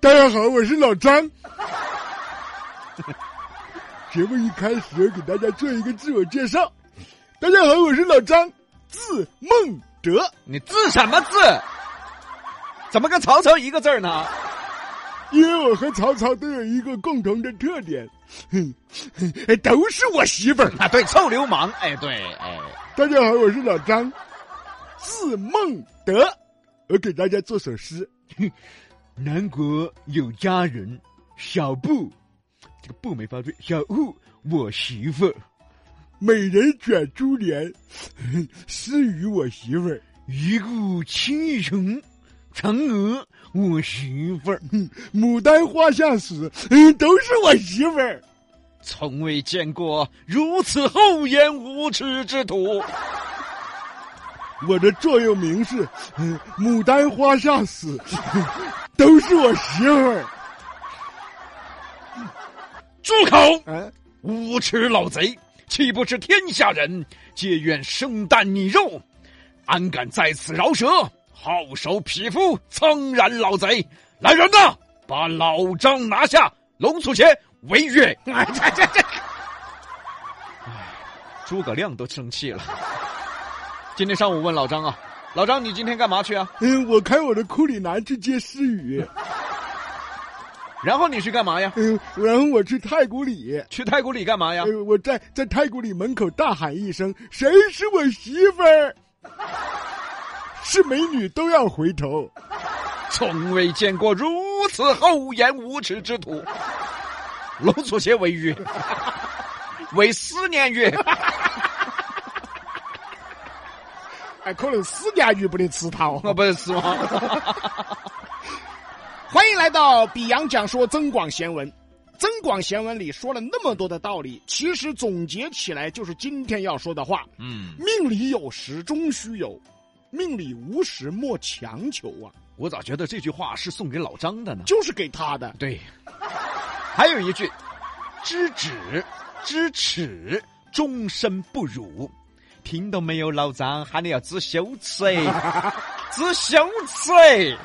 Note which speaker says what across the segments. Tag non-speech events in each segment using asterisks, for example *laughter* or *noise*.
Speaker 1: 大家好，我是老张。节目一开始给大家做一个自我介绍。大家好，我是老张，字梦哲。
Speaker 2: 你字什么字？怎么跟曹操一个字儿呢？
Speaker 1: 因为我和曹操都有一个共同的特点，哼哼都是我媳妇儿。
Speaker 2: *laughs* 啊，对，臭流氓！哎，对，哎，
Speaker 1: 大家好，我是老张，字梦德。我给大家做首诗：
Speaker 2: 南国有佳人，小布，这个布没发对，小布，我媳妇儿，
Speaker 1: 美人卷珠帘，诗与我媳妇儿。
Speaker 2: 一顾倾一城，嫦娥，我媳妇儿，
Speaker 1: 嗯牡丹花下死，嗯，都是我媳妇儿。
Speaker 2: 从未见过如此厚颜无耻之徒。
Speaker 1: 我的座右铭是：嗯牡丹花下死， *laughs* 都是我媳妇儿。
Speaker 2: 住口！
Speaker 1: 啊，
Speaker 2: 无耻老贼，岂不知天下人皆愿生啖你肉？安敢在此饶舌？好手匹夫，苍然老贼！来人呐，把老张拿下！龙楚邪围越！ *laughs* 哎，这这这！哎， *sighs* 诸葛亮都生气了。今天上午问老张啊，老张，你今天干嘛去啊？
Speaker 1: 嗯，我开我的库里南去接诗雨，
Speaker 2: 然后你去干嘛呀？
Speaker 1: 嗯，然后我去太古里。
Speaker 2: 去太古里干嘛呀？
Speaker 1: 呃，我在在太古里门口大喊一声：“谁是我媳妇儿？”是美女都要回头。
Speaker 2: 从未见过如此厚颜无耻之徒。龙楚邪为曰，为思念曰，
Speaker 1: 哎，可能死年鱼不得吃哦桃。
Speaker 2: 我不是死亡。
Speaker 3: 欢迎来到比洋讲说增广贤文。增广贤文里说了那么多的道理，其实总结起来就是今天要说的话：
Speaker 2: 嗯，
Speaker 3: 命里有时终须有，命里无时莫强求啊，
Speaker 2: 我咋觉得这句话是送给老张的呢？
Speaker 3: 就是给他的。
Speaker 2: 对，还有一句，知止知耻，终身不辱。听到没有，老张喊你要知羞耻，知羞耻。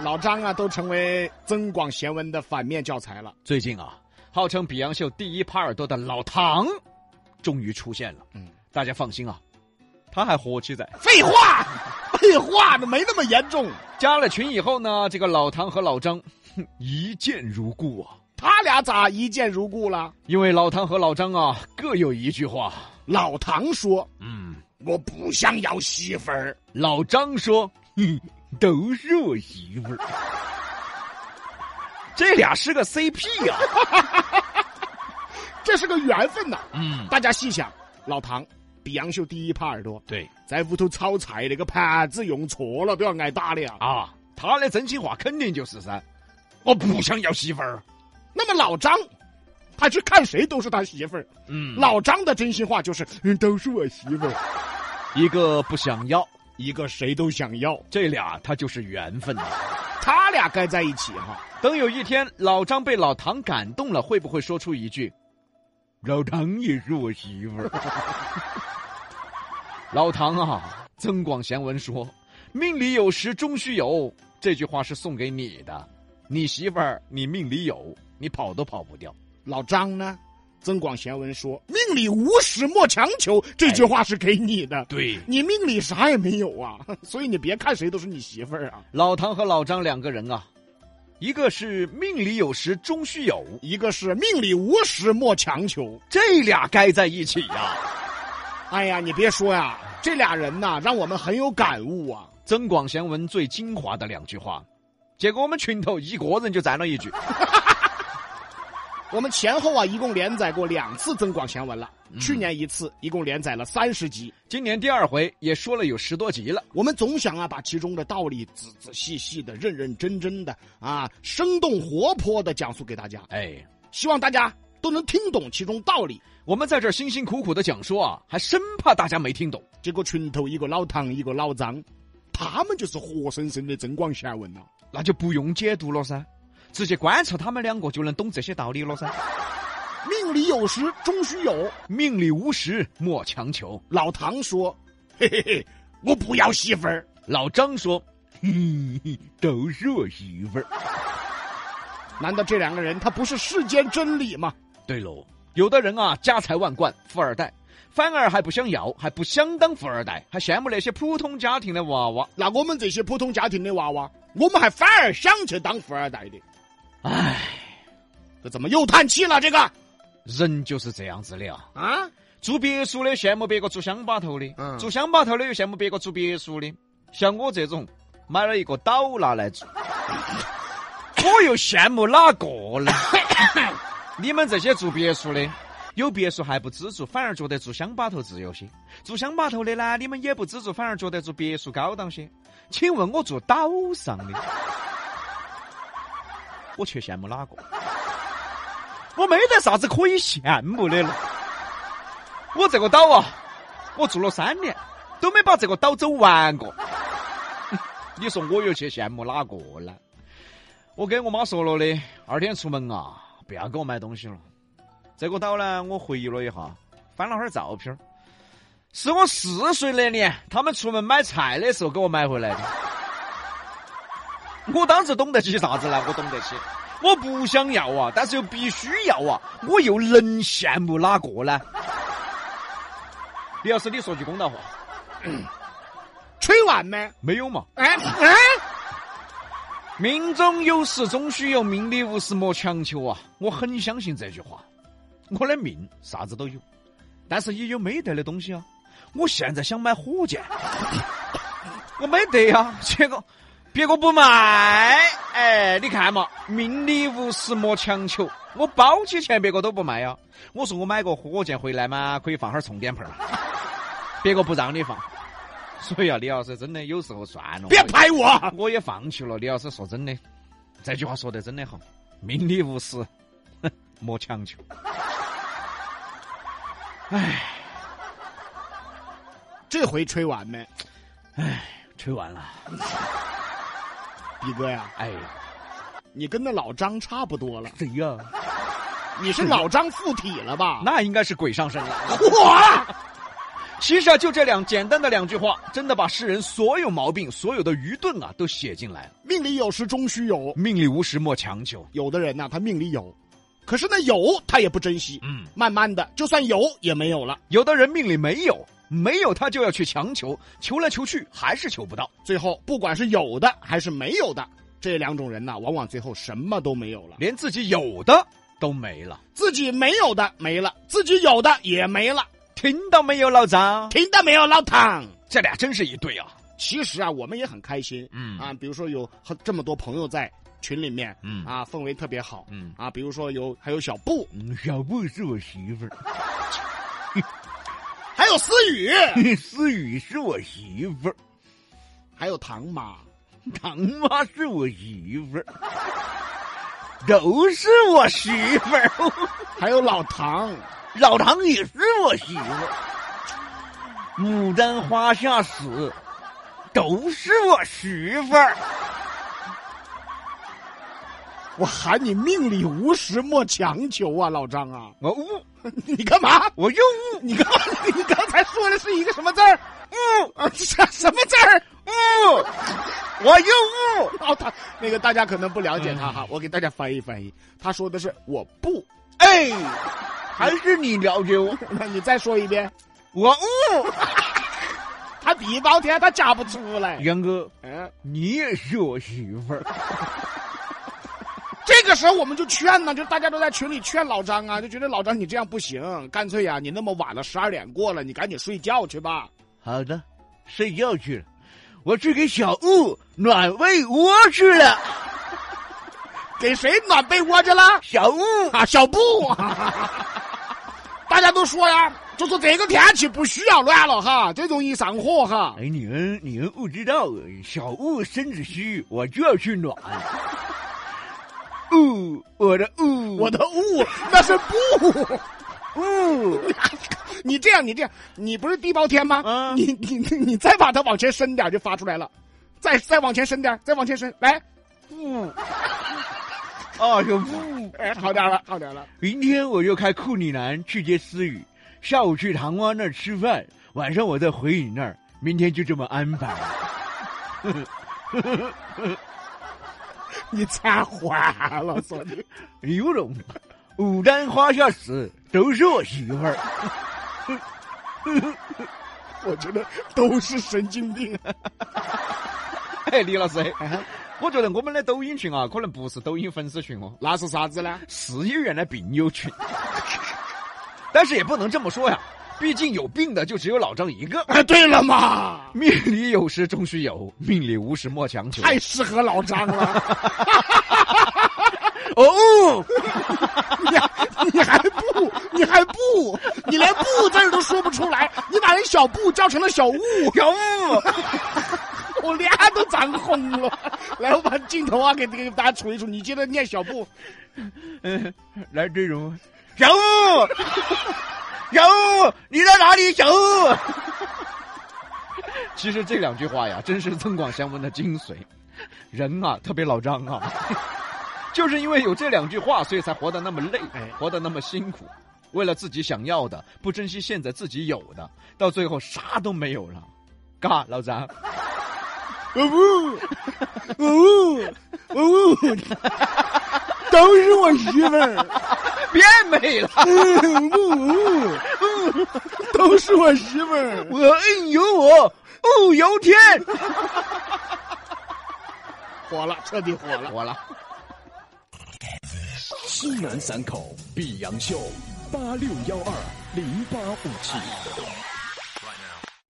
Speaker 3: 老张啊，都成为增广贤文的反面教材了。
Speaker 2: 最近啊，号称比洋秀第一耙耳朵的老唐，终于出现了。
Speaker 3: 嗯，
Speaker 2: 大家放心啊，他还活起在。
Speaker 3: 废话，废话，那没那么严重。
Speaker 2: 加了群以后呢，这个老唐和老张 *laughs* 哼一见如故啊，
Speaker 3: 他俩咋一见如故了？
Speaker 2: 因为老唐和老张啊各有一句话。
Speaker 3: 老唐说
Speaker 2: 嗯，：“
Speaker 3: 我不想要媳妇儿。”
Speaker 2: 老张说：“ *laughs* 哼，都是我媳妇儿。” *laughs* 这俩是个啊 CP 呀、
Speaker 3: 这是个缘分呐、
Speaker 2: 嗯，
Speaker 3: 大家细想，老唐，比杨秀第一耙耳朵，
Speaker 2: 对
Speaker 3: 在屋头炒菜那个盘子用错了都要挨打的呀。
Speaker 2: 啊，他的真心话肯定就是噻，我不想要媳妇儿。
Speaker 3: 那么老张，他去看谁都是他媳妇儿。
Speaker 2: 嗯
Speaker 3: 老张的真心话就是
Speaker 1: 嗯，都是我媳妇儿。
Speaker 2: 一个不想要，
Speaker 3: 一个谁都想要，
Speaker 2: 这俩他就是缘分呐、
Speaker 3: 他俩该在一起哈。
Speaker 2: 等有一天老张被老唐感动了，会不会说出一句：“老唐也是我媳妇儿？” *laughs* 老唐啊，增广贤文说：“命里有时终须有。”这句话是送给你的，你媳妇儿你命里有，你跑都跑不掉。
Speaker 3: 老张呢，增广贤文说：“命里无时莫强求。”这句话是给你的。
Speaker 2: 对，
Speaker 3: 你命里啥也没有啊， *laughs* 所以你别看谁都是你媳妇儿啊。
Speaker 2: 老唐和老张两个人啊，一个是命里有时终须有，
Speaker 3: 一个是命里无时莫强求，
Speaker 2: 这俩该在一起呀、
Speaker 3: 哎呀，你别说呀，这俩人呐，让我们很有感悟啊。
Speaker 2: 增广贤文最精华的两句话，结果我们群头一个人就占了 *laughs* 一句。
Speaker 3: 我们前后啊，一共连载过两次《增广贤文》了，去年一次，一共连载了三十集。
Speaker 2: 今年第二回也说了有十多集了，
Speaker 3: 我们总想啊，把其中的道理仔仔细细的、认认真真的啊，生动活泼的讲述给大家，
Speaker 2: 哎，
Speaker 3: 希望大家都能听懂其中道理。
Speaker 2: 我们在这儿辛辛苦苦的讲说啊，还生怕大家没听懂。
Speaker 3: 结果群头一个老唐，一个老张，他们就是活生生的《增广贤文》呐。啊
Speaker 2: 那就不用解读了噻，直接观察他们两个就能懂这些道理了噻。
Speaker 3: 命里有时终须有，
Speaker 2: *laughs* 命里无时莫强求。
Speaker 3: 老唐说：“嘿嘿嘿，我不要媳妇儿。”
Speaker 2: 老张说：“ *laughs* 嘿嘿，都是我媳妇儿。
Speaker 3: 难道这两个人他不是世间真理吗？
Speaker 2: 对喽，有的人啊，家财万贯，富二代，反而还不想要，还不想当富二代，还羡慕那些普通家庭的娃娃。
Speaker 3: 那我们这些普通家庭的娃娃，我们还反而想去当富二代的，
Speaker 2: 唉，
Speaker 3: 这怎么又叹气了？这个
Speaker 2: 人就是这样子的啊。
Speaker 3: 啊，
Speaker 2: 住别墅的羡慕别个住乡坝头的，
Speaker 3: 嗯
Speaker 2: 住乡坝头的又羡慕别个住别墅的。像我这种买了一个岛拿来住，我又羡慕哪个呢？你们这些住别墅的，有别墅还不知足，反而觉得住乡坝头自由些；住乡坝头的呢，你们也不知足，反而觉得住别墅高档些。请问我住岛上的，我却羡慕哪个？我没得啥子可以羡慕的了。我这个岛啊，我住了三年，都没把这个岛走完过。 *laughs* 你说我又去羡慕哪个呢？我跟我妈说了的，二天出门啊，不要给我买东西了。这个岛呢，我回忆了一下，翻了会儿照片儿，是我四岁那年他们出门买菜的时候给我买回来的。我当时懂得起啥子呢？我懂得起，我不想要啊，但是又必须要啊，我又能羡慕哪个呢？李老师，你说句公道话，
Speaker 3: 吹完没？
Speaker 2: 没有嘛？
Speaker 3: 哎哎，
Speaker 2: 命中有时终须有，命里无时莫强求啊！我很相信这句话。我的命啥子都有，但是也有没得的东西啊。我现在想买火箭， *laughs* 我没得呀、结果别个不卖。哎，你看嘛，命里无时莫强求。我包起钱，别个都不卖呀、我说我买个火箭回来嘛，可以放哈儿充电盆儿嘛，别个不让你放。所以啊，李老师真的有时候算了，
Speaker 3: 别拍我！
Speaker 2: 我也放弃了。李老师说真的，这句话说得真的好，命里无时哼 *laughs* 莫强求。
Speaker 3: 这回吹完没？
Speaker 2: 吹完了，
Speaker 3: 比哥呀，
Speaker 2: 哎，
Speaker 3: 你跟那老张差不多了，
Speaker 2: 对呀，
Speaker 3: 你是老张附体了 *laughs* 吧？
Speaker 2: 那应该是鬼上身了。
Speaker 3: 火！
Speaker 2: 其实啊，就这两简单的两句话，真的把诗人所有毛病、所有的愚钝啊，都写进来了。
Speaker 3: 命里有时终须有，
Speaker 2: 命里无时莫强求。
Speaker 3: 有的人呐、他命里有，可是那有他也不珍惜，
Speaker 2: 嗯，
Speaker 3: 慢慢的就算有也没有了，
Speaker 2: 有的人命里没有，没有他就要去强求，求来求去还是求不到。
Speaker 3: 最后不管是有的还是没有的，这两种人呐、往往最后什么都没有了。
Speaker 2: 连自己有的都没了。
Speaker 3: 自己没有的没了，自己有的也没了，
Speaker 2: 听到没有，老张？
Speaker 3: 听到没有，老唐？
Speaker 2: 这俩真是一对啊。
Speaker 3: 其实啊，我们也很开心，
Speaker 2: 嗯
Speaker 3: 啊，比如说有很这么多朋友在群里面，
Speaker 2: 嗯
Speaker 3: 啊，氛围特别好，
Speaker 2: 嗯
Speaker 3: 啊，比如说有还有小布，
Speaker 2: 嗯，小布是我媳妇儿，
Speaker 3: 还有思雨，
Speaker 2: *laughs* 思雨是我媳妇儿，
Speaker 3: 还有唐妈，
Speaker 2: 唐妈是我媳妇儿，都是我媳妇儿，
Speaker 3: 还有老唐，
Speaker 2: 老唐也是我媳妇儿，牡丹花下死，都是我媳妇儿。
Speaker 3: 我喊你命里无时莫强求啊，老张啊，
Speaker 2: 我呜，
Speaker 3: 你干嘛？
Speaker 2: 我又呜，
Speaker 3: 你刚你刚才说的是一个什么字儿？
Speaker 2: 呜
Speaker 3: 啊，什什么字儿？嗯
Speaker 2: 呜，我又呜。
Speaker 3: 老唐，那个大家可能不了解他
Speaker 2: 嗯
Speaker 3: 哈，我给大家翻译翻译，他说的是我不。
Speaker 2: 哎，还是你了解我，
Speaker 3: 那你再说一遍，
Speaker 2: 我呜。
Speaker 3: 他比包天他讲不出来。
Speaker 2: 杨哥，
Speaker 3: 嗯，
Speaker 2: 你也是我媳妇儿。
Speaker 3: 这个时候我们就劝呢，就大家都在群里劝老张啊，就觉得老张你这样不行，干脆啊呀、你那么晚了，十二点过了，你赶紧睡觉去吧。
Speaker 2: 好的，睡觉去了。我去给小雾暖胃窝去了。
Speaker 3: 给谁暖被窝去了？
Speaker 2: 小雾，
Speaker 3: 啊，小布 *laughs* 啊。大家都说呀，就说这个天气不需要暖了哈，这容易上火哈。
Speaker 2: 哎，你们你们不知道，小雾身子虚，我就要
Speaker 3: *laughs*
Speaker 2: 去暖。雾，我的雾，
Speaker 3: 我的雾那是布，嗯
Speaker 2: 雾。
Speaker 3: *laughs* 你这样你这样，你不是地包天吗？
Speaker 2: 嗯
Speaker 3: 你你你你再把它往前伸点儿就发出来了，再再往前伸点儿，再往前伸，来，
Speaker 2: 雾。啊，小雾，
Speaker 3: 哎，好点儿了，好点儿了。
Speaker 2: 明天我就开库里南去接思雨，下午去唐妈那儿吃饭，晚上我再回你那儿，明天就这么安排。
Speaker 3: *laughs* 你插话了，说你
Speaker 2: 有种，牡丹花下死都是我媳妇儿。
Speaker 3: 我觉得都是神经病。啊
Speaker 2: *laughs* 哎，李老师，我觉得我们的抖音群啊，可能不是抖音粉丝群哦，
Speaker 3: 那是啥子呢？
Speaker 2: 是有原来病友群， *laughs* 但是也不能这么说呀，毕竟有病的就只有老张一个。
Speaker 3: 哎，对了嘛，
Speaker 2: 命里有时终须有，命里无时莫强求。
Speaker 3: 太适合老张了，
Speaker 2: 哦，
Speaker 3: 你还你还不你还不你连不字儿都说不出来，你把人小布叫成了小雾，
Speaker 2: 可恶！
Speaker 3: 我脸都涨红了。来，我把镜头啊给给大家杵一杵，你接着念小布。
Speaker 2: 嗯，来这种，小 *laughs* 五，小五，你在哪里？小五。 *laughs* 其实这两句话呀，真是增广贤文的精髓。人啊，特别老张 *laughs* 啊，就是因为有这两句话，所以才活得那么累
Speaker 3: 哎，
Speaker 2: 活得那么辛苦。为了自己想要的，不珍惜现在自己有的，到最后啥都没有了。嘎，老 *laughs* 张，
Speaker 3: 哦
Speaker 1: 呜呜呜呜，都是我媳妇儿，
Speaker 2: 别美了，
Speaker 1: 嗯呜呜，都是我媳妇儿。
Speaker 2: 我恩有我，物有天。
Speaker 3: 火了，彻底火了。
Speaker 2: 我了。
Speaker 4: 西南三口碧阳秀八六幺二零八五七。